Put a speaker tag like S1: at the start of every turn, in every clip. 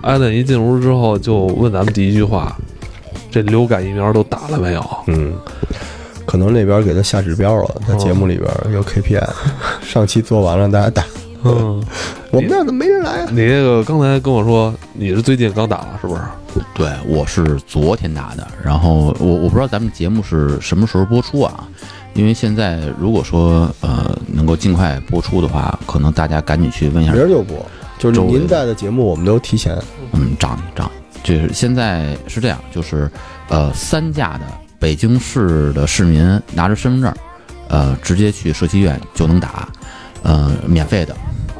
S1: 安娜一进屋之后就问咱们第一句话：“这流感疫苗都打了没有
S2: 嗯，可能那边给他下指标了，在节目里边有 KPI，上期做完了，大家打。？”
S1: 嗯，
S2: 我们那儿怎么没人来啊？
S1: 你那个刚才跟我说你是最近刚打了是不是？
S3: 对，我是昨天打的，然后我我不知道咱们节目是什么时候播出啊，因为现在如果说呃能够尽快播出的话，可能大家赶紧去问一下
S2: 明，儿就播，就是
S3: 周围
S2: 您在的节目，我们都提前。
S3: 嗯，涨涨，就是现在是这样，就是呃三价的北京市的市民拿着身份证，呃直接去社区医院就能打，呃免费的，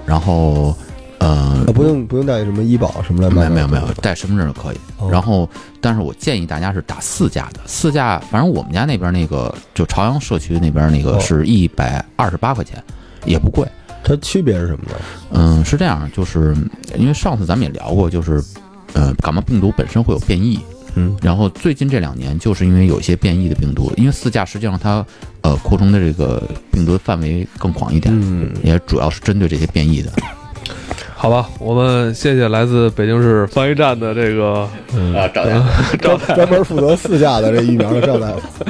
S3: 然后呃
S2: 啊，不用不用带什么医保什么乱七
S3: 没
S2: 八糟
S3: 有啊没有没有，带身份证就可以。
S2: 哦
S3: 然后，但是我建议大家是打四价的，四价，反正我们家那边那个就朝阳社区那边那个
S2: 哦
S3: 是一百二十八块钱，也不贵。
S2: 它区别是什么呢？
S3: 嗯，是这样，就是因为上次咱们也聊过，就是呃，感冒病毒本身会有变异，
S2: 嗯，
S3: 然后最近这两年就是因为有一些变异的病毒，因为四价实际上它呃扩充的这个病毒的范围更广一点，
S2: 嗯，
S3: 也主要是针对这些变异的。
S1: 好吧，我们谢谢来自北京市防疫站的这个
S2: 嗯
S3: 啊，找呀，
S2: 专门负责四价的这疫苗的赵 大夫，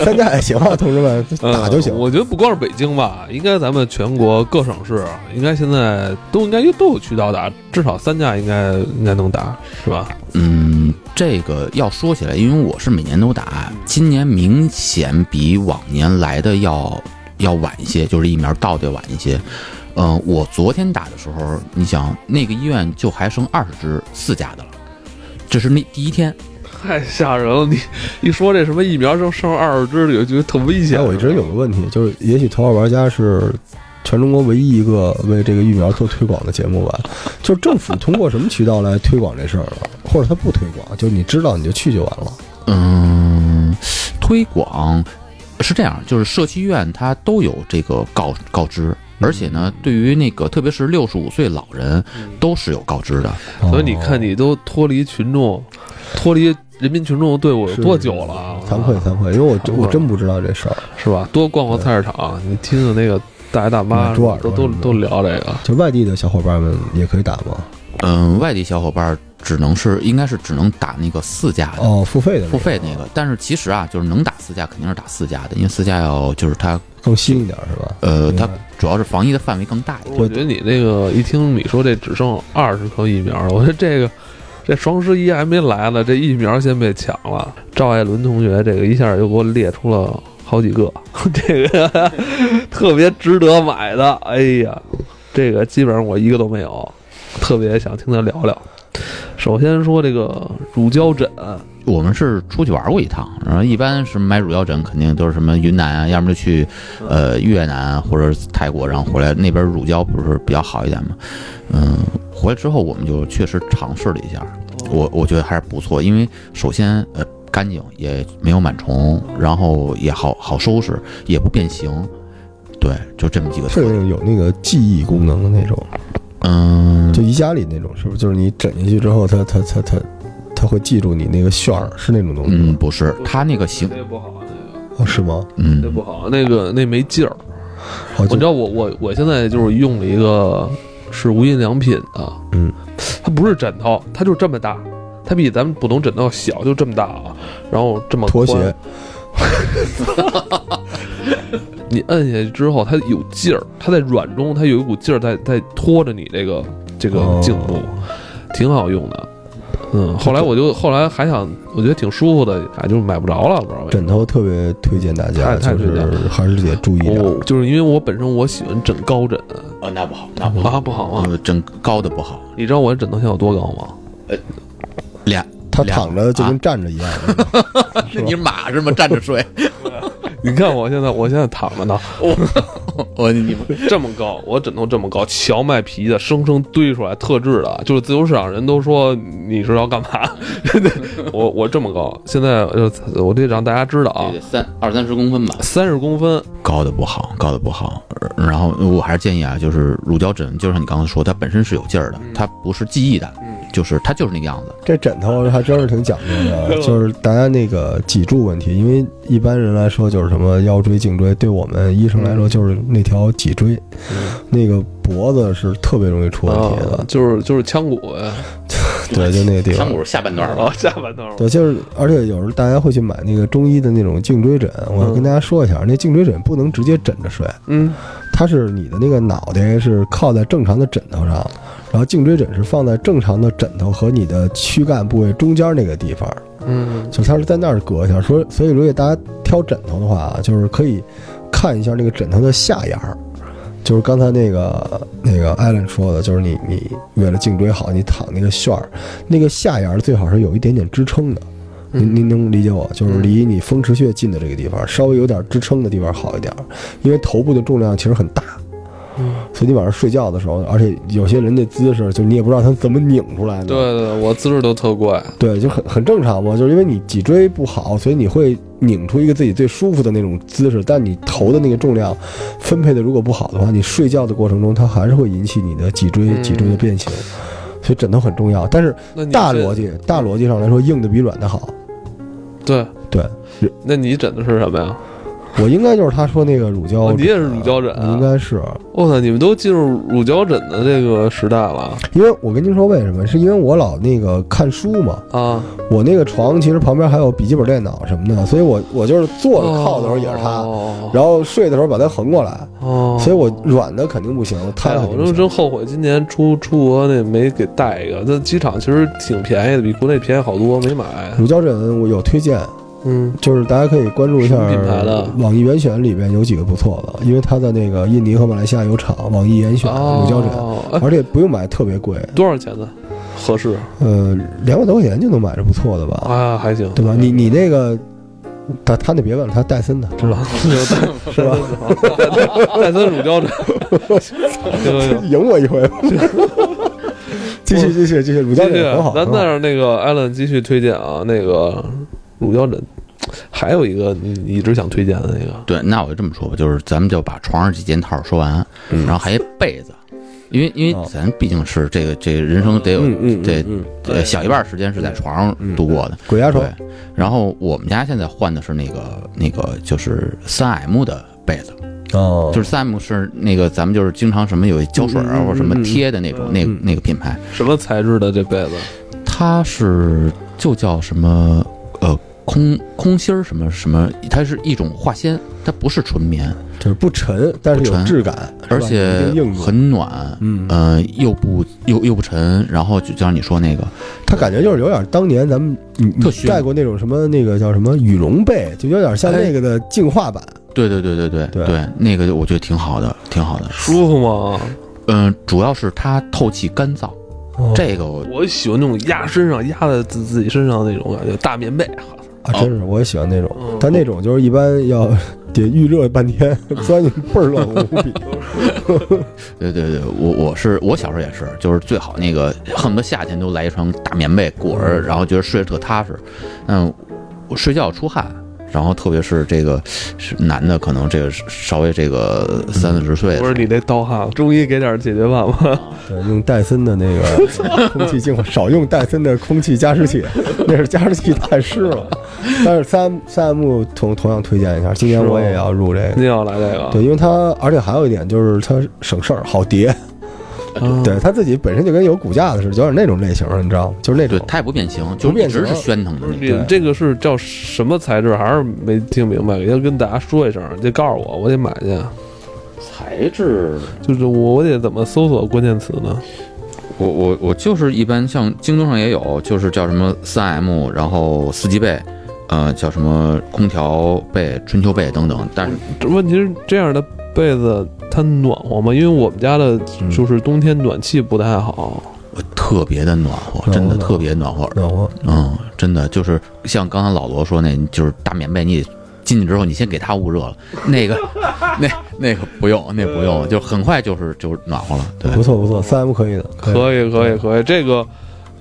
S2: 三价也行啊，同志们打就行
S1: 嗯。我觉得不光是北京吧，应该咱们全国各省市，应该现在都应该都有渠道打，至少三价应该应该能打，是吧？
S3: 嗯，这个要说起来，因为我是每年都打，今年明显比往年来的要要晚一些，就是疫苗到的晚一些。嗯、我昨天打的时候，你想那个医院就还剩二十支四价的了，这是那第一天。
S1: 太吓人了！你一说这什么疫苗剩剩二十支，就觉得特危
S2: 哎，
S1: 险。
S2: 我一直有个问题，就是也许《头号玩家》是全中国唯一一个为这个疫苗做推广的节目吧？就是政府通过什么渠道来推广这事儿了，或者他不推广，就是你知道你就去就完了。
S3: 嗯，推广是这样，就是社区医院它都有这个告告知，而且呢，对于那个特别是六十五岁老人都是有告知的。
S2: 哦
S1: 所以你看，你都脱离群众，脱离人民群众的队伍有
S2: 是
S1: 多久了啊？
S2: 惭愧惭愧，因为我真我真不知道这事儿。
S1: 是吧？多逛逛菜市场，你听听那个大爷大妈
S2: 买猪耳
S1: 都
S2: 朵
S1: 都
S2: 什么的
S1: 都聊这个。
S2: 就外地的小伙伴们也可以打吗？
S3: 嗯，外地小伙伴儿只能是应该是只能打那个四价的、
S2: 哦，付费的那个
S3: 付费那个，但是其实啊，就是能打四价肯定是打四价的，因为四价要就是它
S2: 更新一点是吧？
S3: 呃
S2: 明白
S3: 它主要是防疫的范围更大一点。
S1: 我觉得你那个一听你说这只剩二十颗疫苗了，我觉得这个这双十一还没来呢，这疫苗先被抢了。赵爱伦同学这个一下就给我列出了好几个， 这个特别值得买的。哎呀，这个基本上我一个都没有，特别想听他聊聊。首先说这个乳胶枕，
S3: 我们是出去玩过一趟，然后一般是买乳胶枕，肯定都是什么云南啊，要么就去呃越南或者是泰国，然后回来那边乳胶不是比较好一点嘛。嗯，回来之后我们就确实尝试了一下，我我觉得还是不错，因为首先呃干净，也没有螨虫，然后也好好收拾，也不变形。对，就这么几个特
S2: 是
S3: 点。
S2: 有那个记忆功能的那种，
S3: 嗯，
S2: 就宜家里那种，是不是？就是你枕进去之后，它它它它它会记住你那个旋儿，是那种东西
S3: 嗯
S2: 吗？
S3: 不是，它那个形
S1: 那不好，
S2: 哦，是吗？
S1: 那
S3: 嗯
S1: 不好，那个那没劲儿。
S2: 哦，
S1: 我
S2: 就
S1: 知道我我我现在就是用了一个是无印良品的，
S2: 嗯，
S1: 它不是枕头，它就这么大，它比咱们普通枕头小，就这么大啊，然后这么
S2: 拖
S1: 宽
S2: 鞋，
S1: 你摁下去之后，它有劲儿，它在软中它有一股劲儿在在拖着你这个这个
S2: 哦
S1: 颈部，挺好用的。嗯，后来我就后来还想，我觉得挺舒服的，哎，就是买不着了，不知道为什么。
S2: 枕头特别推荐大家，
S1: 太太
S2: 就
S1: 推荐哦
S2: 是还是得注意点儿
S1: 我。就是因为我本身我喜欢枕高枕
S3: 呃那不好那不
S1: 啊，不好吗？
S3: 呃整高的不好，
S1: 你知道我的枕头现在有多高吗？
S3: 俩
S2: 他
S3: 俩
S2: 躺着就跟
S3: 啊
S2: 站着一样，
S3: 那你马是吗？站着睡，
S1: 你看我现在，我现在躺着呢，
S3: 我你们
S1: 这么高，我枕头这么高，荞麦皮的，生生堆出来，特制的，就是自由市场人都说你是要干嘛？ 我我这么高，现在就我得让大家知道啊，
S3: 三二三十公分吧，
S1: 三十公分，
S3: 高的不好，高的不好。呃然后我还是建议啊，就是乳胶枕，就像你刚刚说，它本身是有劲儿的，它不是记忆的，
S2: 嗯
S3: 就是它就是那个样子。
S2: 这枕头还真是挺讲究 的，就是大家那个脊柱问题，因为一般人来说就是什么腰椎、颈椎，对我们医生来
S1: 嗯
S2: 说就是那条脊椎，
S1: 呃
S2: 那个脖子是特别容易出问题
S1: 哦
S2: 的
S1: 啊，。就是就是枪骨呗，
S2: 对，就那个地
S3: 香
S2: 方。
S3: 谷下半段
S1: 哦
S3: 吧，，
S1: 下半段儿吧
S2: 嗯对，就是，而且有时候大家会去买那个中医的那种颈椎枕，我要跟大家说一下，那颈椎枕不能直接枕着睡，
S1: 嗯，
S2: 它是你的那个脑袋是靠在正常的枕头上，然后颈椎枕是放在正常的枕头和你的躯干部位中间那个地方，
S1: 嗯，
S2: 就它是在那儿搁一下。所以所以如果大家挑枕头的话，就是可以看一下那个枕头的下沿儿。就是刚才那个那个艾伦说的，就是你你为了颈椎好，你躺那个旋儿，那个下沿儿最好是有一点点支撑的。您您能理解我，就是离你风池穴近的这个地方，稍微有点支撑的地方好一点儿，因为头部的重量其实很大，
S1: 嗯
S2: 所以你晚上睡觉的时候，而且有些人那姿势，就你也不知道他怎么拧出来的，
S1: 对对，对我姿势都特怪，
S2: 对，就很很正常嘛，就是因为你脊椎不好，所以你会拧出一个自己最舒服的那种姿势，但你头的那个重量分配的如果不好的话，你睡觉的过程中它还是会引起你的脊椎
S1: 嗯
S2: 脊椎的变形，所以枕头很重要。但是
S1: 那你
S2: 大
S1: 这
S2: 逻辑大逻辑上来说，硬的比软的好。
S1: 对，
S2: 对，
S1: 那你枕的是什么呀？
S2: 我应该就是他说那个乳胶
S1: 哦
S2: 枕，
S1: 你也是乳胶枕啊
S2: 我应该是
S1: 我操，你们都进入乳胶枕的这个时代了
S2: 因为我跟您说为什么，是因为我老那个看书嘛，
S1: 啊！
S2: 我那个床其实旁边还有笔记本电脑什么的，所以我我就是坐着靠的时候也是它，
S1: 哦
S2: 然后睡的时候把它横过来，
S1: 哦，
S2: 所以我软的肯定不行，
S1: 太
S2: 瘫
S1: 好，
S2: 肯
S1: 我
S2: 定
S1: 真
S2: 不行
S1: 真后悔今年出出国那没给带一个。那机场其实挺便宜的，比国内便宜好多，没买。
S2: 乳胶枕我有推荐，
S1: 嗯
S2: 就是大家可以关注一下
S1: 什么品牌的
S2: 网易严选里边有几个不错的，因为它的那个印尼和马来西亚有厂，网易严选
S1: 哦，
S2: 乳胶枕，
S1: 哎，
S2: 而且不用买特别贵，
S1: 多少钱呢？合适
S2: 呃，两百多块钱就能买着不错的吧，
S1: 啊，还行，
S2: 对吧？你你那个，他他那别问了，他戴森的知道 是吧？
S1: 戴森乳胶枕， 行行行。
S2: 赢我一 回吧。继续继续继续，乳胶
S1: 继续
S2: 枕很好，，
S1: 咱
S2: 很好
S1: 再让啊那个艾伦继续推荐啊，那个乳胶枕，还有一个你你一直想推荐的那个，
S3: 对，那我就这么说吧，就是咱们就把床上这件套说完，然后还有一被子，因为因
S2: 哦
S3: 为咱毕竟是这个这个人生得有
S2: 嗯嗯
S3: 这
S2: 嗯
S3: 呃小一半时间是在床上度过的，
S2: 鬼压床
S3: 对，然后我们家现在换的是那个那个就是三 M 的被子，
S2: 哦
S3: 就是三 M 是那个咱们就是经常什么有一胶水
S1: 嗯嗯
S3: 啊
S1: 嗯
S3: 或者什么贴的那种那
S2: 嗯
S3: 那个品牌，
S1: 什么材质的这被子？
S3: 它是就叫什么呃空空心儿什么什么，它是一种化纤，它不是纯棉，
S2: 就是不沉，但是
S3: 不
S2: 有
S3: 沉
S2: 质感，是
S3: 而
S2: 吧有
S3: 且
S2: 一定硬度
S3: 很暖，
S2: 嗯，
S3: 呃又不又又不沉，然后就像你说那个
S2: 它感觉就是有点当年咱们你你
S3: 特虚
S2: 盖过那种什么那个叫什么羽绒被，就有点像
S3: 哎
S2: 那个的进化版。
S3: 对对对对对
S2: 对
S3: 那个我觉得挺好的，挺好的。
S1: 舒服吗？
S3: 嗯、主要是它透气干燥，
S2: 哦
S3: 这个我
S1: 我喜欢那种压身上压在自自己身上那种感觉，大棉被。
S2: 啊，真是我也喜欢那种
S1: 嗯，
S2: 但那种就是一般要 得预热半天，钻进去倍儿冷无比。
S3: 对对对，我我是我小时候也是，就是最好那个恨不得夏天都来一床大棉被裹着，然后觉得睡着特踏实。嗯，我睡觉出汗，然后特别是这个是男的，可能这个是稍微这个三四十岁的时
S1: 不
S3: 候，
S1: 是你这刀哈，中医给点解决办法。
S2: 对，呃用戴森的那个空气净化，少用戴森的空气加湿 器，那是加湿器太湿了。但是三三 M 同同样推荐一下，今年
S1: 是吗啊
S2: 我也要入这个。
S1: 你要来这个？
S2: 对，因为它，而且还有一点就是它省事儿，好叠。
S1: 啊，
S2: 对，它自己本身就跟有骨架的似的，有点那种类型儿，你知道吗？就是那
S3: 对
S2: 种，
S3: 它也不变形，就
S2: 不
S3: 是一
S2: 变形
S3: 直是喧腾
S1: 不
S3: 的
S1: 是
S3: 那
S1: 你
S3: 种。
S1: 们这个是叫什么材质？还是没听明白？要跟大家说一声，得告诉我，我得买去。
S3: 材质，
S1: 就是我，我得怎么搜索关键词呢？
S3: 我我我就是一般像京东上也有，就是叫什么三 M，然后四季被，呃，叫什么空调被、春秋被等等，但是
S1: 这问题是这样的被子它暖和吗？因为我们家的
S2: 嗯
S1: 就是冬天暖气不太好。
S3: 我特别的暖和，
S2: 暖和
S3: 真的
S2: 暖和
S3: 特别暖和，
S2: 暖和。
S3: 嗯，真的就是像刚才老罗说那，就是大棉被，你进去之后，你先给它捂热了，那个， 那那个不用，那不用，就很快就是就是暖和了。对，
S2: 不错不错，三 M 可以的，以的
S1: 可以，可以，可以。这个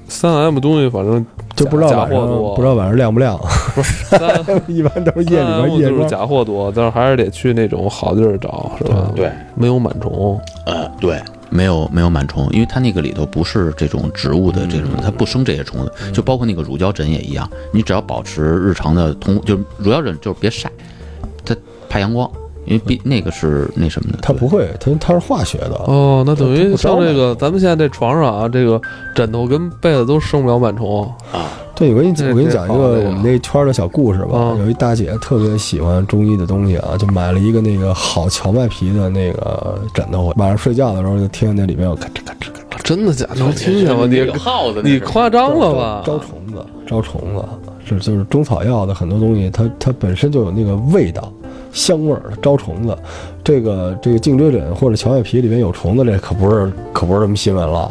S1: 三 M 东西，反正
S2: 就不知道
S1: 假
S2: 晚
S1: 货
S2: 上
S1: 多
S2: 不知道晚上亮不亮，
S1: 三
S2: 一般都是 夜里
S1: 三 M
S2: 边夜
S1: 呃就是
S2: 光。
S1: 假货多，但是还是得去那种好地儿找，是吧？，
S3: 对，
S1: 没有螨虫。
S4: 啊
S3: 呃，对，没有没有螨虫，因为它那个里头不是这种植物的这种，
S1: 嗯
S3: 它不生这些虫子，就包括那个乳胶枕也一样，你只要保持日常的通，就是乳胶枕就是别晒，它怕阳光，因为毕那个是那什么的，
S2: 它不
S3: 对
S2: 会，它它是化学的，
S1: 哦，那等
S2: 它
S1: 于
S2: 不
S1: 像
S2: 招
S1: 这
S2: 螨
S1: 个，咱们现在这床上啊，这个枕头跟被子都生不了螨
S4: 啊
S1: 虫。
S2: 对，我给你
S1: 这
S2: 我给你讲一
S1: 这好
S2: 个
S1: 这个
S2: 我们那圈儿的小故事吧
S1: 嗯。
S2: 有一大姐特别喜欢中医的东西啊，就买了一个那个好荞麦皮的那个枕头，晚上睡觉的时候就听见那里面有咔嚓咔嚓咔
S1: 啊真的假的？能听见吗？你
S4: 有耗子那
S1: 你
S4: 是，
S1: 夸张了吧？
S2: 招虫子，招虫子，这就是中草药的很多东西，它它本身就有那个味道。香味儿它招虫子，这个这个颈椎枕或者荞麦皮里面有虫子，这可不是可不是什么新闻了。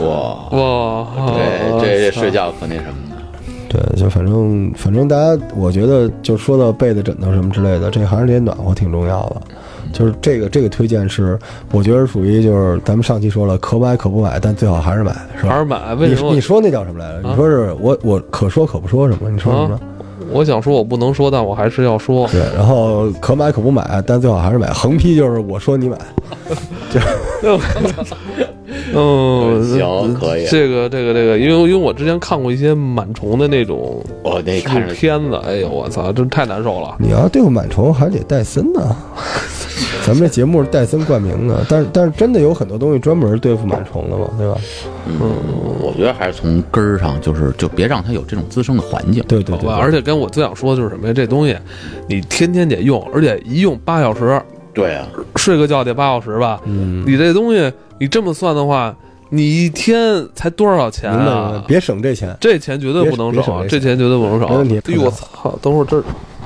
S4: 哇，
S1: 哇，
S4: 对，这这睡觉可那什么呢？
S2: 对，就反正反正大家，我觉得就说到被子、枕头什么之类的，这还是得暖和挺重要的。
S1: 嗯
S2: 就是这个这个推荐是，我觉得属于就是咱们上期说了，可买可不买，但最好还是买，是
S1: 还
S2: 吧？
S1: 是买？啊为
S2: 你
S1: 什么
S2: 你说那叫什么来着？
S1: 啊
S2: 你说是我我可说可不说什么？你说什么？
S1: 我我想说，我不能说，但我还是要 说。
S2: 对，然后可买可不买，但最好还是买。横批就是我说你买，
S1: 嗯，
S4: 行，可以，
S1: 这个这个这个，因为因为我之前看过一些螨虫的那种
S4: 我那
S1: 纪
S4: 看
S1: 录
S4: 着
S1: 片子，哎呦我操，真太难受了。
S2: 你要对付螨虫还得戴森呢。 咱们这节目是戴森冠名的，但是但是真的有很多东西专门对付螨虫的嘛，对吧？
S3: 我觉得还是从根儿上，就是就别让它有这种滋生的环境。
S2: 对对
S1: 好
S2: 对
S1: 哦吧，，而且跟我最想说的就是什么呀？这东西你天天得用，而且一用八小时，
S4: 对啊，
S1: 睡个觉得八小时吧。
S2: 嗯，
S1: 你这东西你这么算的话，你一天才多少钱
S2: 明白明白
S1: 啊？
S2: 别省这钱。
S1: 这钱绝对不能
S2: 别
S1: 少，
S2: 别省
S1: 这钱绝对不能少。
S2: 没问题
S1: 哎呦我操！等会儿这，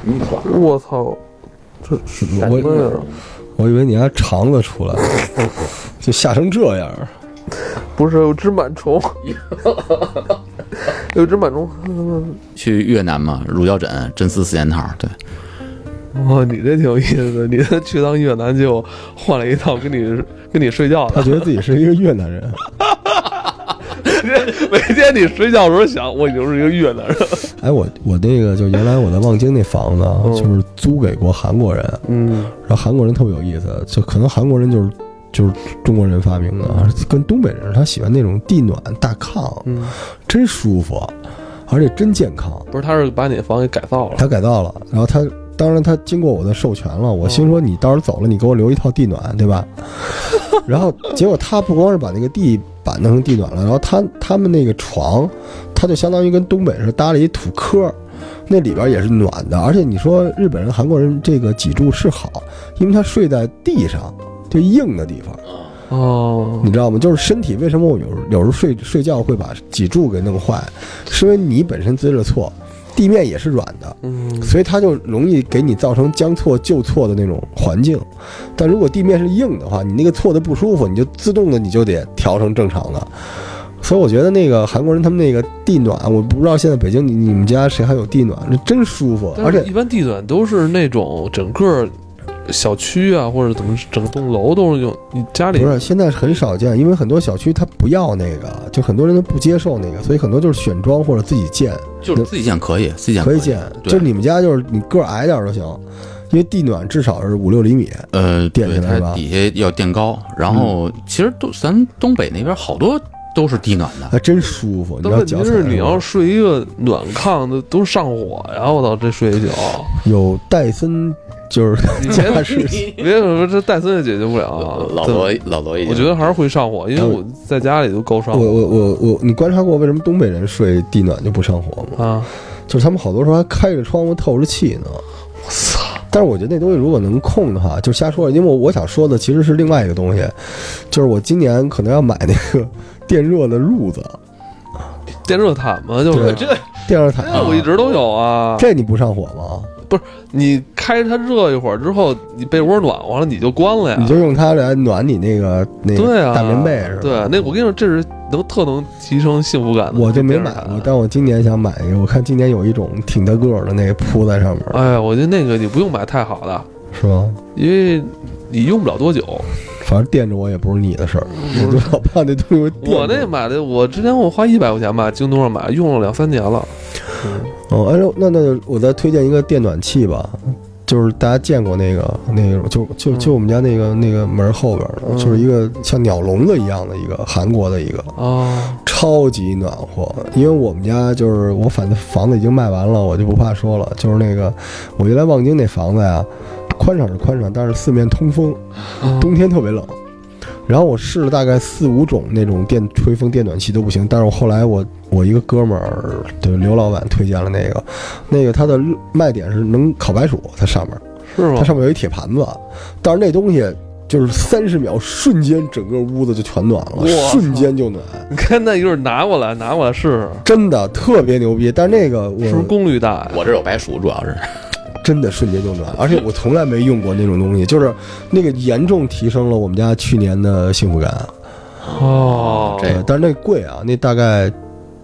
S4: 你管
S1: 哎我操，这是
S2: 我
S1: 什么呀？
S2: 我以为你家肠子出来了， 就吓成这样儿。
S1: 不是有只螨 虫，有只螨虫。
S3: 去越南嘛，乳胶枕、真丝四件套，对，
S1: 哇，哦你这挺有意思的，你这去趟越南就换了一套跟你跟你睡觉
S2: 他
S1: 的，
S2: 觉得自己是一个越南 人。
S1: 每天你睡觉的时候想，我已经是一个越南人。
S2: 哎，我我那个就是原来我在望京那房子啊，就是租给过韩国人，
S1: 嗯，
S2: 然后韩国人特别有意思，就可能韩国人就是就是中国人发明的啊，跟东北人他喜欢那种地暖大炕，
S1: 嗯，
S2: 真舒服，而且真健康。
S1: 不是，他是把你房给改造了。
S2: 他改造了，然后他当然他经过我的授权了，我心说你到时候走了，你给我留一套地暖，对吧？ 然后结果他不光是把那个地板弄成地暖了，然后他他们那个床，他就相当于跟东北是搭了一土壳。那里边也是暖的，而且你说日本人、韩国人这个脊柱是好，因为他睡在地上，就硬的地方，
S1: 哦
S2: 你知道吗？就是身体为什么我有时候有时候睡睡觉会把脊柱给弄坏，是因为你本身姿势错，地面也是软的，
S1: 嗯，
S2: 所以它就容易给你造成将错就错的那种环境。但如果地面是硬的话，你那个错的不舒服，你就自动的你就得调成正常的。所以我觉得那个韩国人他们那个地暖，我不知道现在北京你你们家谁还有地暖，那真舒服，而
S1: 但是
S2: 且
S1: 一般地暖都是那种整个小区啊，或者怎么整栋楼都是用你家里
S2: 不是现在很少见，因为很多小区他不要那个，就很多人都不接受那个，所以很多就是选装或者自己建，
S3: 就是自己建可以，自己建
S2: 可以
S3: 以
S2: 建，
S3: 对
S2: 就是你们家就是你个儿矮点儿就行，因为地暖至少是五六厘米，
S3: 呃，
S2: 垫起
S3: 对，
S2: 来是吧嗯
S3: 它底下要垫高，然后其实都咱东北那边好多都是地暖的，
S2: 还真舒服。你
S1: 但
S2: 要
S1: 问题
S2: 脚踩
S1: 是，
S2: 着
S1: 你
S2: 吧
S1: 要睡一个暖炕的都上火呀！我操，这睡 一宿，
S2: 有戴森，就是
S1: 你别
S2: 驾驶
S1: 别说这戴森也解决不了啊。
S4: 呃老
S1: 怎么
S4: 罗老罗已经，
S1: 我觉得还是会上火，因为我在家里就够上
S2: 我
S1: 火
S2: 我我我，你观察过为什么东北人睡地暖就不上火吗？
S1: 啊。
S2: 就是他们好多时候还开着窗户透着气呢。
S1: 我操，
S2: 但是我觉得那东西如果能控的话，就瞎说，因为我我想说的其实是另外一个东西，就是我今年可能要买那个 电热的褥子、
S1: 电热毯嘛，就是
S2: 对电热毯
S1: 这哎我一直都有啊。
S2: 这你不上火吗？
S1: 你开着它热一会儿之后，你被窝暖和了，你就关哎了呀。
S2: 你就用它来暖你那个那
S1: 对
S2: 个
S1: 啊，
S2: 大棉被是吧？
S1: 对，那我跟你说，这是能特能提升幸福感的。
S2: 我就没
S1: 电热
S2: 买
S1: 毯
S2: 过，但我今年想买一个。我看今年有一种挺大个儿的那个铺在上面，
S1: 哎呀，我觉得那个你不用买太好的，
S2: 是吗？
S1: 因为你用不了多久。
S2: 反正垫着我也不是你的事儿，我就老怕那东西会垫着
S1: 我那买的，我之前我花一百块钱吧，京东上买，用了两三年了。
S2: 哦，哎呦，那那我再推荐一个电暖器吧，就是大家见过那个那个，就就就我们家那个那个门后边儿的，
S1: 嗯
S2: 就是一个像鸟笼子一样的一个韩国的一个，
S1: 哦，
S2: 超级暖和。因为我们家就是我反正房子已经卖完了，我就不怕说了，就是那个我原来望京那房子呀。宽敞是宽敞，但是四面通风，
S1: 啊
S2: 冬天特别冷。然后我试了大概四五种那种电吹风电暖气都不行，但是我后来我我一个哥们儿，对刘老板推荐了那个，那个它的卖点是能烤白薯，它上面
S1: 是吗
S2: 它？上面有一铁盘子，但是那东西就是三十秒，瞬间整个屋子就全暖了
S1: 我，操
S2: 瞬间就暖，
S1: 你看 那一会儿拿过来，拿过来试
S2: 真的特别牛逼。但是那个我
S1: 试，是不是功率大呀？
S4: 我这有白薯，主要是
S2: 真的瞬间就暖，而且我从来没用过那种东西，就是那个严重提升了我们家去年的幸福感。
S1: 哦，
S4: 这
S2: 呃但是那贵啊，那大概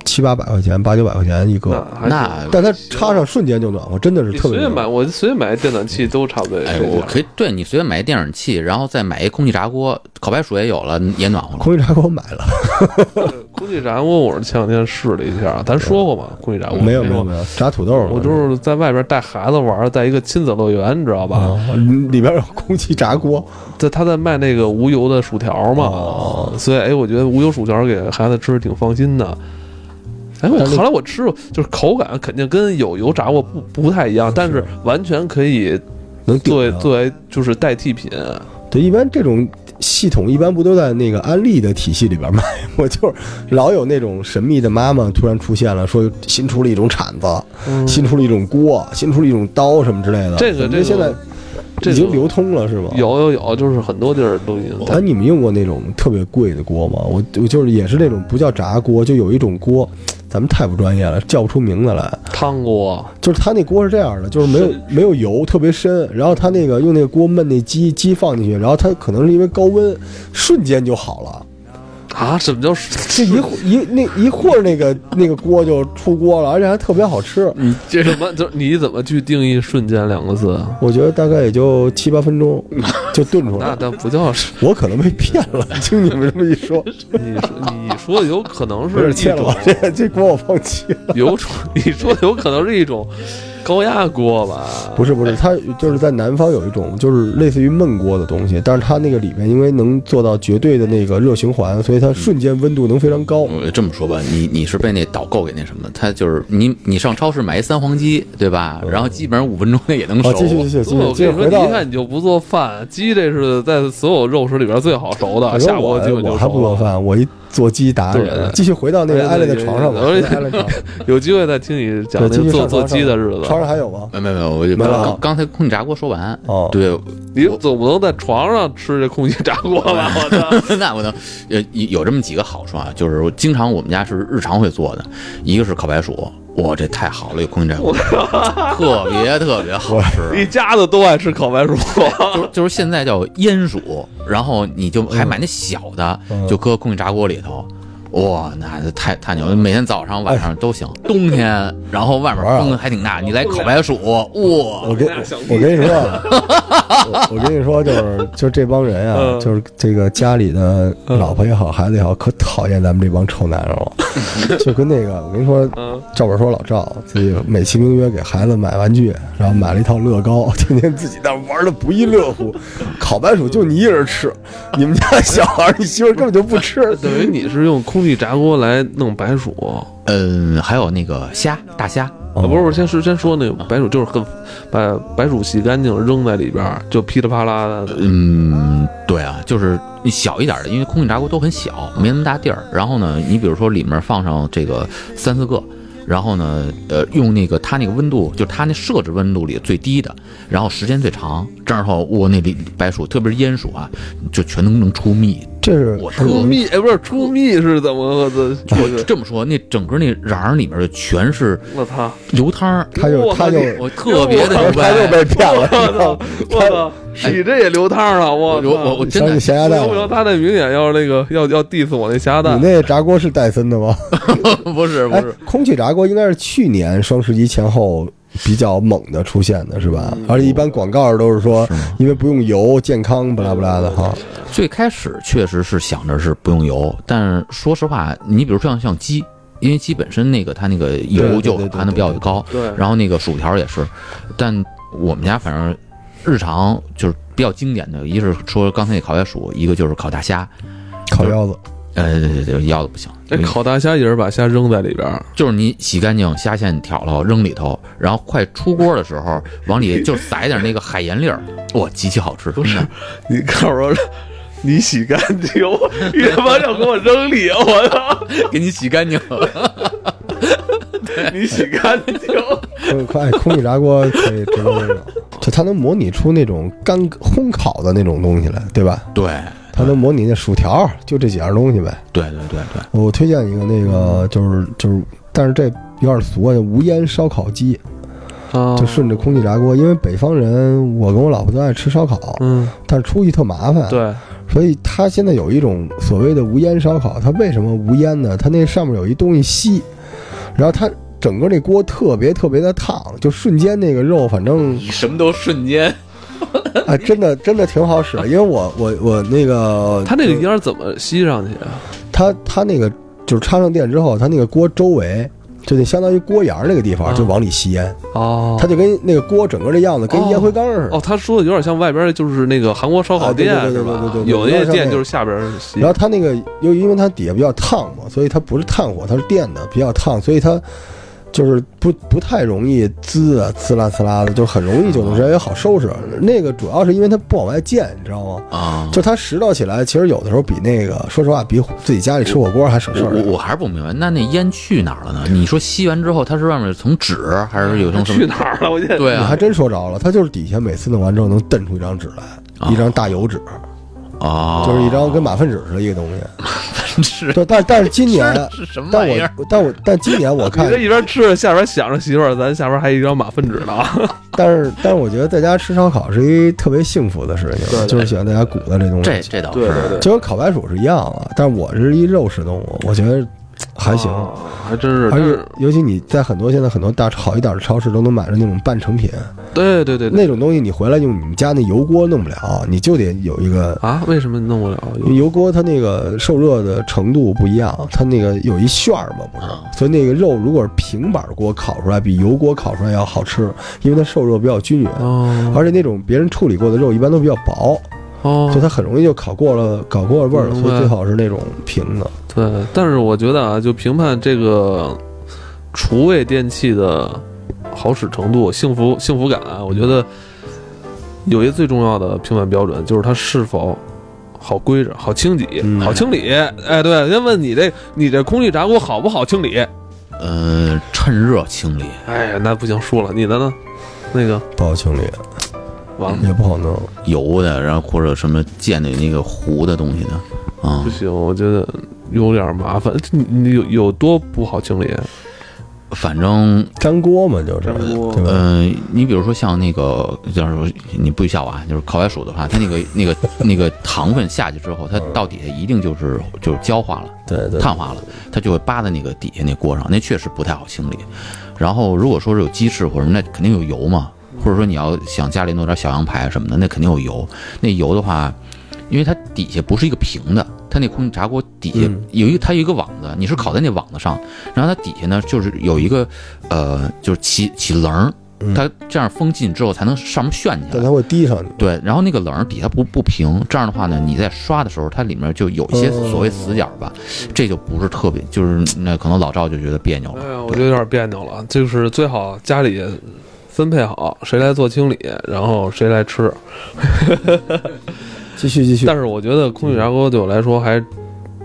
S2: 七八百块钱，八九百块钱一个，
S1: 那还
S3: 那
S2: 但它插上瞬间就暖和，真的是
S1: 你
S2: 特
S1: 随
S2: 别
S1: 便买，
S2: 暖。
S1: 我随便买电暖气都差不多也
S3: 哎，
S1: 这
S3: 我
S1: 价。
S3: 可以对你随便买一电暖气，然后再买一空气炸锅，烤白薯也有了，也暖和了。
S2: 空气炸锅买了，
S1: 空气炸锅我是前两天试了一下，咱说过吗？空气炸锅
S2: 没有没有。没有，炸土豆了
S1: 我就是在外边带孩子玩，在一个亲子乐园，你知道吧？
S2: 啊， 里边有空气 炸锅，
S1: 在他在卖那个无油的薯条嘛
S2: 哦，
S1: 所以哎，我觉得无油薯条给孩子吃挺放心的。哎，我
S2: 但是
S1: 后来我吃就是口感肯定跟有油炸过不不太一样，但是完全可以
S2: 能顶啊
S1: 作为
S2: 上
S1: 作为就是代替品。
S2: 对，一般这种系统一般不都在那个安利的体系里边卖吗？ 我就是老有那种神秘的妈妈突然出现了，说新出了一种铲子，新出了一种锅，新出了一种刀什么之类的。
S1: 嗯这个
S2: 感
S1: 这个
S2: 觉现在
S1: 这
S2: 已
S1: 个
S2: 经流通了是吗？。
S1: 有有有，就是很多地儿都已经在
S2: 哎，你们用过那种特别贵的锅吗？我我就是也是那种不叫炸锅，就有一种锅，咱们太不专业了，叫不出名字来。
S1: 汤锅。
S2: 就是它那锅是这样的，就是没有没有油，特别深。然后它那个用那个锅焖那鸡，鸡放进去，然后它可能是因为高温，瞬间就好了。
S1: 啊，什么叫
S2: 这一会一那一会儿那个那个锅就出锅了，而且还特别好吃。
S1: 你这怎么就是你怎么去定义“瞬间”两个字？啊
S2: 我觉得大概也就七八 分钟就炖出
S1: 那
S2: 来了。
S1: 那不叫是，
S2: 我可能被骗了，听你们这么一说，
S1: 你说你说的有可能
S2: 有
S1: 是
S2: 点
S1: 一
S2: 切了
S1: 种
S2: 吧，这个这锅我放弃了。
S1: 有种，你说的有可能是一种高压锅吧？
S2: 不是不是，它就是在南方有一 种就是类似于焖锅的东西，但是它那个里面因为能做到绝对的那个热循环，所以它瞬间温度能非常高。
S1: 嗯
S3: 我呃这么说吧，你你是被那导购给那什么，他就是你你上超市买一三黄鸡，对吧？然后基本上五分钟内也能熟
S2: 好，。嗯哦继续继续继续
S1: 我
S2: 继
S1: 跟你说，
S2: 续回
S1: 你
S2: 到
S1: 一。看你就不做饭，鸡这是在所有肉食里边最好熟的，
S2: 反
S1: 下
S2: 正我
S1: 锅基本就
S2: 我还不
S1: 熟
S2: 做
S1: 了。
S2: 饭，我一做鸡达
S1: 对对
S2: 人。继续回到那
S1: 对
S2: 个
S1: 对
S2: 艾伦的
S1: 对
S2: 床上吧，
S1: 对
S2: 回
S1: 对
S2: 到艾伦床上。
S1: 有机会再听你讲那
S2: 对，继续
S1: 个做
S2: 上
S1: 做
S2: 床
S1: 鸡
S2: 上
S1: 的日子。
S2: 床上还有吗？
S3: 没有没有没有，我就
S2: 没了啊
S3: 刚刚才空气炸锅说完。
S2: 哦
S3: 对，
S1: 你总不能在床上吃这空气炸锅 吧？我操！
S3: 那我能，呃，有这么几个好处啊，就是我经常我们家是日常会做的，一个是烤白薯，哇，这太好了，有空气炸锅，特别特别好
S1: 一
S3: 吃。啊
S1: 家子都爱吃烤白薯，
S3: 就是就是现在叫腌薯，然后你就还买那小的，
S2: 嗯
S3: 就搁空气炸锅里头，哇，那太太牛了！每天早上晚上都行，冬天，然后外面风还挺大，你来烤白薯，哇，
S2: 我跟我跟你说啊， 我我跟你说，就是就是这帮人啊
S1: 嗯，
S2: 就是这个家里的老婆也好，孩子也好，可讨厌咱们这帮臭男人了。 就跟那个，我跟你说，
S1: 嗯，
S2: 赵本说老赵自己美其名曰给孩子买玩具，然后买了一套乐高， 天天自己那玩的不亦乐乎。烤白薯就你一人吃，你们家小孩儿，你媳妇儿根本就不吃。
S1: 等于你是用空气炸锅来弄白薯，
S3: 嗯，还有那个虾，大虾，
S2: 哦
S1: 啊，不是，不是，先是先说那个白薯，就是很把白薯洗干净扔在里边儿，就噼里啪啦的。
S3: 嗯，对啊，就是你小一点的，因为空气炸锅都很小，没那么大地儿。然后呢，你比如说里面放上这个三四个，然后呢，呃，用那个它那个温度，就是它那设置温度里最低的，然后时间最长，这样的话，我那里白薯，特别是腌薯啊，就全能能出蜜。
S2: 这是
S3: 我特
S1: 出蜜哎，不是出蜜是怎么个这
S3: 我
S1: 个？
S3: 这么说，那整个那瓤儿里面就全是
S1: 我操！
S3: 油汤儿，
S2: 他就
S1: 我
S2: 他就
S3: 我特别的
S2: 他就被 骗了，你知道
S1: 我
S2: 吗？
S1: 操！你这也流汤了，我
S3: 我我我真的
S2: 想起咸鸭
S1: 不
S2: 蛋
S1: 行不行，
S2: 了。
S1: 他那明显要是那个要要 diss 我那咸鸭
S2: 你
S1: 蛋，
S2: 那炸锅是戴森的吗？
S3: 不是不
S2: 哎
S3: 是，，
S2: 空气炸锅应该是去年双十一前后比较猛的出现的是吧？而且一般广告都是说，因为不用油，健康，不拉不拉的哈。
S3: 最开始确实是想着是不用油，但是说实话，你比如像像鸡，因为鸡本身那个它那个油
S2: 对
S3: 就
S2: 对对对
S3: 含的比较高，
S1: 对
S3: 然后那个薯条也是，但我们家反正日常就是比较经典的，一是说刚才那烤白薯，一个就是烤大虾，
S2: 烤腰子，
S3: 呃，对对对，腰的不行。
S1: 这哎烤大虾也是把虾扔在里边儿，
S3: 就是你洗干净虾线挑了扔里头，然后快出锅的时候往里就撒一点那个海盐粒儿，哇，极其好吃。不是，
S1: 你告诉我，你洗干净，你他妈要给我扔里，啊我操！
S3: 给你洗干净了。
S1: 你洗干净，
S2: 空快哎空气炸锅可以直接扔了，就它能模拟出那种干烘烤的那种东西来，对吧？
S3: 对，
S2: 它能模拟那薯条，就这几样东西呗。
S3: 对对对对，
S2: 我推荐一个那个就是就是，但是这有点俗啊，无烟烧烤鸡，
S1: 啊
S2: 就顺着空气炸锅，因为北方人，我跟我老婆都爱吃烧烤，
S1: 嗯，
S2: 但是出去特麻烦，，
S1: 对，
S2: 所以它现在有一种所谓的无烟烧烤，它为什么无烟呢？它那上面有一东西吸，然后它整个那锅特别特别的烫，就瞬间那个肉，反 正
S4: 你什么都瞬间，
S2: 啊，真的真的挺好使，因为我我我那个
S1: 它那个烟儿怎么吸上去啊？
S2: 它它那个就是插上电之后，它那个锅周围。就那相当于锅沿儿那个地
S1: 嗯
S2: 方，就往里吸烟，
S1: 哦
S2: 它就跟那个锅整个这样子，跟
S1: 哦
S2: 烟灰缸似的。
S1: 哦，他说的有点像外边就是那个韩国烧烤店
S2: 啊对对
S1: 是
S2: 对
S1: 吧？
S2: 对对对对
S1: 有
S2: 有
S1: 那
S2: 点像
S1: 店
S2: 那
S1: 就是下边是西
S2: 然后它那个又因为它底下比较烫嘛，所以它不是炭火，它是电的，比较烫，所以它就是不不太容易滋啊滋啦滋啦的，就很容易就能直接好收拾。那个主要是因为它不往外溅，你知道吗？
S3: 啊、
S2: 就它拾掇起来，其实有的时候比那个，说实话，比自己家里吃火锅还省事
S3: 我我
S2: 儿。
S3: 我还是不明白，那那烟去哪儿了呢？你说吸完之后，它是外面有层纸，还是有层什
S1: 去
S3: 么？
S1: 哪儿了？我现在
S3: 对
S2: 你
S3: 啊
S2: 还，真说着了，它就是底下每次弄完之后能蹬出一张纸
S3: 哦
S2: 来，一张大油纸，
S3: 啊，
S2: 就是一张跟马粪纸似的一个东西。
S3: 是
S2: 对，但但是今年，
S3: 哦 是什么
S2: 但
S3: 玩意儿？
S2: 我但我但今年我看
S1: 你这一边吃着，下边想着媳妇儿，咱下边还有一张马粪纸呢。啊
S2: 但是，但是我觉得在家吃烧烤是一特别幸福的事情，
S1: 对对
S2: 就是喜欢在家鼓捣这东西，
S3: 这这倒是，
S4: 对
S2: 就跟烤白薯是一样的。但是我是一肉食动物，我觉得还行。
S1: 啊还真是。
S2: 而
S1: 但
S2: 且
S1: 是，
S2: 尤其你在很多现在很多大好一点的超市都能买着那种半成品，
S1: 对对对对
S2: 那种东西你回来用你们家那油锅弄不了，你就得有一个
S1: 啊，为什么弄不了？
S2: 因为油锅它那个受热的程度不一样，它那个有一旋儿嘛，不是
S3: 啊？
S2: 所以那个肉如果是平板锅烤出来，比油锅烤出来要好吃，因为它受热比较均匀。
S1: 哦
S2: 而且那种别人处理过的肉一般都比较薄，就
S1: 哦，
S2: 它很容易就烤过了，烤过了味儿了，
S1: 明
S2: 所
S1: 白
S2: 以最好是那种平的。
S1: 对。但是我觉得啊，就评判这个厨卫电器的好使程度、幸福幸福感啊，我觉得有一个最重要的评判标准，就是它是否。好规整，好清洁，
S2: 嗯
S1: 好清理。哎，对，先问你这，你这空气炸锅好不好清理？
S3: 呃，趁热清理。
S1: 哎呀，那不行，输了。你的呢？那个
S2: 不好清理，
S1: 完了，
S2: 也不好弄。
S3: 油的，然后或者什么溅的那个糊的东西的，啊
S1: 不、行，我觉得有点麻烦。这你你有有多不好清理？啊
S3: 反正，
S2: 粘锅嘛，就是
S1: 粘锅
S2: 对吧？
S3: 嗯、你比如说像那个，要是你不许笑我啊，就是烤白薯的话，它那个那个那个糖分下去之后，它到底下一定就是就是焦化了。
S2: 对对，
S3: 碳化了，它就会扒在那个底下那锅上，那确实不太好清理。然后如果说是有鸡翅或者什么，那肯定有油嘛，或者说你要想家里弄点小羊排什么的，那肯定有油。那油的话，因为它底下不是一个平的，它那空气炸锅底下
S1: 嗯
S3: 有一个它有一个网子，你是烤在那网子上，然后它底下呢就是有一个呃就是起起棱儿
S2: 嗯，
S3: 它这样风进之后才能上面旋起
S2: 但
S3: 来。
S2: 它会滴上你。
S3: 对，然后那个棱儿底下不不平，这样的话呢，你在刷的时候，它里面就有一些
S2: 哦
S3: 所谓死角吧，这就不是特别，就是那可能老赵就觉得别扭
S1: 哎
S3: 了。
S1: 呀，我觉得有点别扭了。就是最好家里分配好谁来做清理，然后谁来吃。
S2: 继续继续
S1: 但，是我觉得空气炸锅对我来说还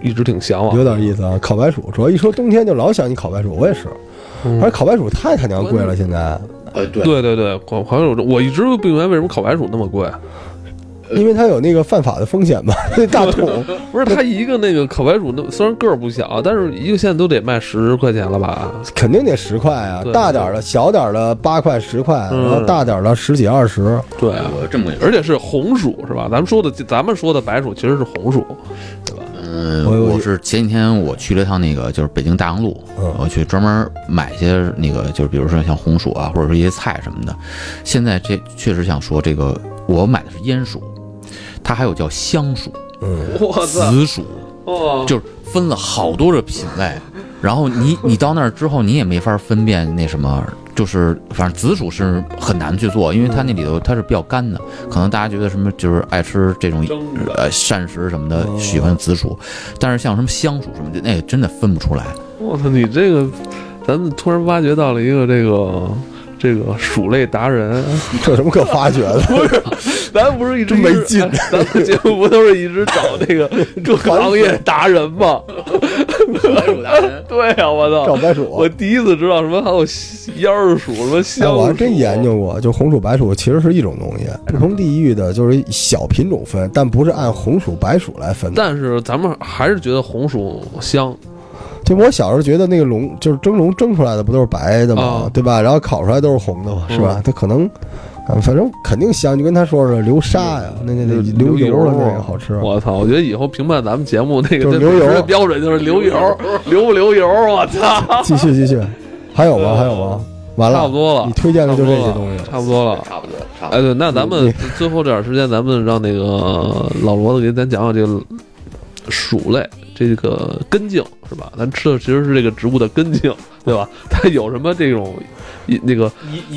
S1: 一直挺向往，
S2: 有点意思啊。烤白薯，主要一说冬天就老想你烤白薯，我也是。
S1: 嗯。
S2: 而且烤白薯太他娘贵了，现在，
S4: 呃，对，
S1: 对对对，烤烤白薯，我一直不明白为什么烤白薯那么 贵。
S2: 因为它有那个犯法的风 险嘛，那大桶。
S1: 不是，它一个那个烤白薯，那虽然个儿不小，但是一个现在都得卖十块钱了吧？
S2: 肯定得十块啊
S1: 对，
S2: 大点儿的、小点儿的八块、十块，
S1: 嗯
S2: 然后大点儿的十几、二十。
S1: 对啊，
S4: 我这么跟你说，
S1: 而且是红薯是吧？咱们说的，咱们说的白薯其实是红薯。
S3: 嗯，
S2: 我
S3: 我是前几天我去了一趟那个就是北京大洋路，
S2: 嗯
S3: 我去专门买一些那个就是比如说像红薯啊，或者说一些菜什么的。现在这确实想说这个，我买的是烟薯，它还有叫香薯、
S2: 嗯，
S1: 我操！
S3: 紫薯，
S1: 哦，
S3: 就是分了好多个品类，然后你你到那儿之后，你也没法分辨那什么，就是反正紫薯是很难去做，因为它那里头它是比较干的，可能大家觉得什么就是爱吃这种
S4: 嗯
S1: 蒸的
S3: 呃膳食什么的
S2: 哦
S3: 喜欢紫薯，但是像什么香薯什么的，那真的分不出来。
S1: 我操，你这个，咱们突然挖掘到了一个这个这个鼠类达人，
S2: 这有什么可发掘的？
S1: 咱不是一直
S2: 真没劲
S1: 哎咱们节目不都是一直找这 个各个行业达人吗？ 对啊， 我
S2: 找
S1: 操！
S2: 白鼠
S1: 我第一次知道什么还有烟儿鼠，什么 香
S2: 哎，
S1: 鼠，
S2: 我还真研究过，就红薯、白薯其实是一种东西，不同地域的就是小品种分，但不是按红薯、白薯来分的。
S1: 但是咱们还是觉得红薯香，
S2: 对，我小时候觉得那个龙就是蒸笼蒸出来的不都是白的吗？
S1: 啊
S2: 对吧？然后烤出来都是红的嘛，是
S1: 嗯
S2: 吧？它可能，啊反正肯定香，就跟他说似的，流沙呀，那那那
S1: 流
S2: 流油啊的那
S1: 油
S2: 个好吃。
S1: 我操！我觉得以后评判咱们节目那
S2: 就
S1: 个
S2: 是流油
S1: 的标准就是流油，流不流油？我操！
S2: 继续继续，还有吗？还有吗？完了，
S1: 差不多了
S2: 你推荐的就这些东西。
S1: 差不多了。
S4: 差不多，差不
S1: 哎，
S4: 多。
S1: 对，那咱
S2: 嗯
S1: 们最后这点时间，咱们让那个老罗子给咱讲讲这个鼠类这个根茎是吧？咱吃的其实是这个植物的根茎，对吧？它有什么这种一那个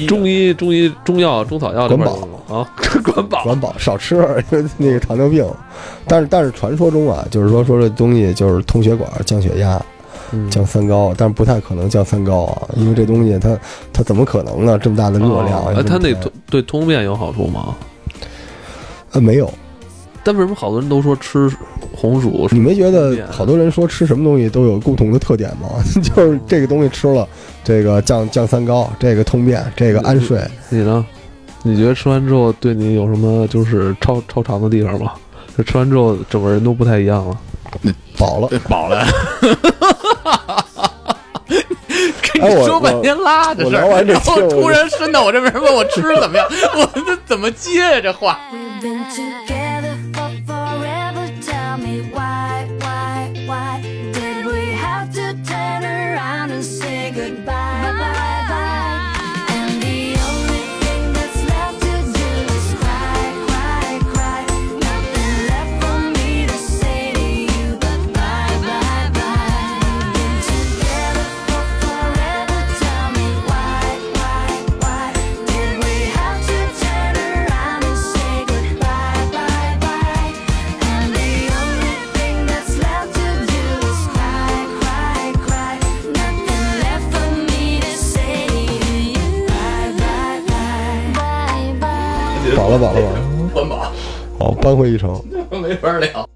S1: 中医、中医、中药、中草药这块
S2: 管
S1: 儿啊？ 管饱
S2: 管饱少吃，因为 那个糖尿病。但是但是传说中啊，就是说说这东西就是通血管、降血压、
S1: 嗯
S2: 降三高，但是不太可能降三高啊，因为这东西它它怎么可能呢？这么大的热量，
S1: 哦
S2: 又
S1: 哎，
S2: 这么
S1: 它那
S2: 甜
S1: 通对通便有好处吗？
S2: 呃没有，
S1: 但为什么好多人都说吃红薯是
S2: 你没觉
S1: 啊
S2: 得好多人说吃什么东西都有共同的特点吗？ 就是这个东西吃了，这个降降三高，这个通便，这个
S1: 嗯
S2: 安睡。
S1: 你呢？你觉得吃完之后对你有什么就是超超常的地方吗？就吃完之后整个人都不太一样了。
S2: 饱了，
S3: 饱了，跟
S2: 哎
S3: 你
S2: 我
S3: 说半天拉着
S2: 我
S3: 事
S2: 聊
S3: 儿，
S2: 完这
S3: 然后
S2: 期我就
S3: 突然伸到我这边问我吃怎么样， 我这怎么接呀这话？
S5: We've been together for forever. Tell me why, why, why did we have to turn around and say goodbye, bye, bye? And the only thing that's left to do is cry, cry, cry. Nothing left for me to say to you but bye, bye, bye. Been together for forever. Tell me why, why, why did we have to turn around and say goodbye, bye, bye? And the only thing that's left to do is cry, cry, cry. Nothing left for me to say to you. Bye, bye, bye, bye, bye.
S2: 饱了，饱了，饱了。哦
S4: 管饱，
S2: 好，扳回一城。
S4: 没法聊。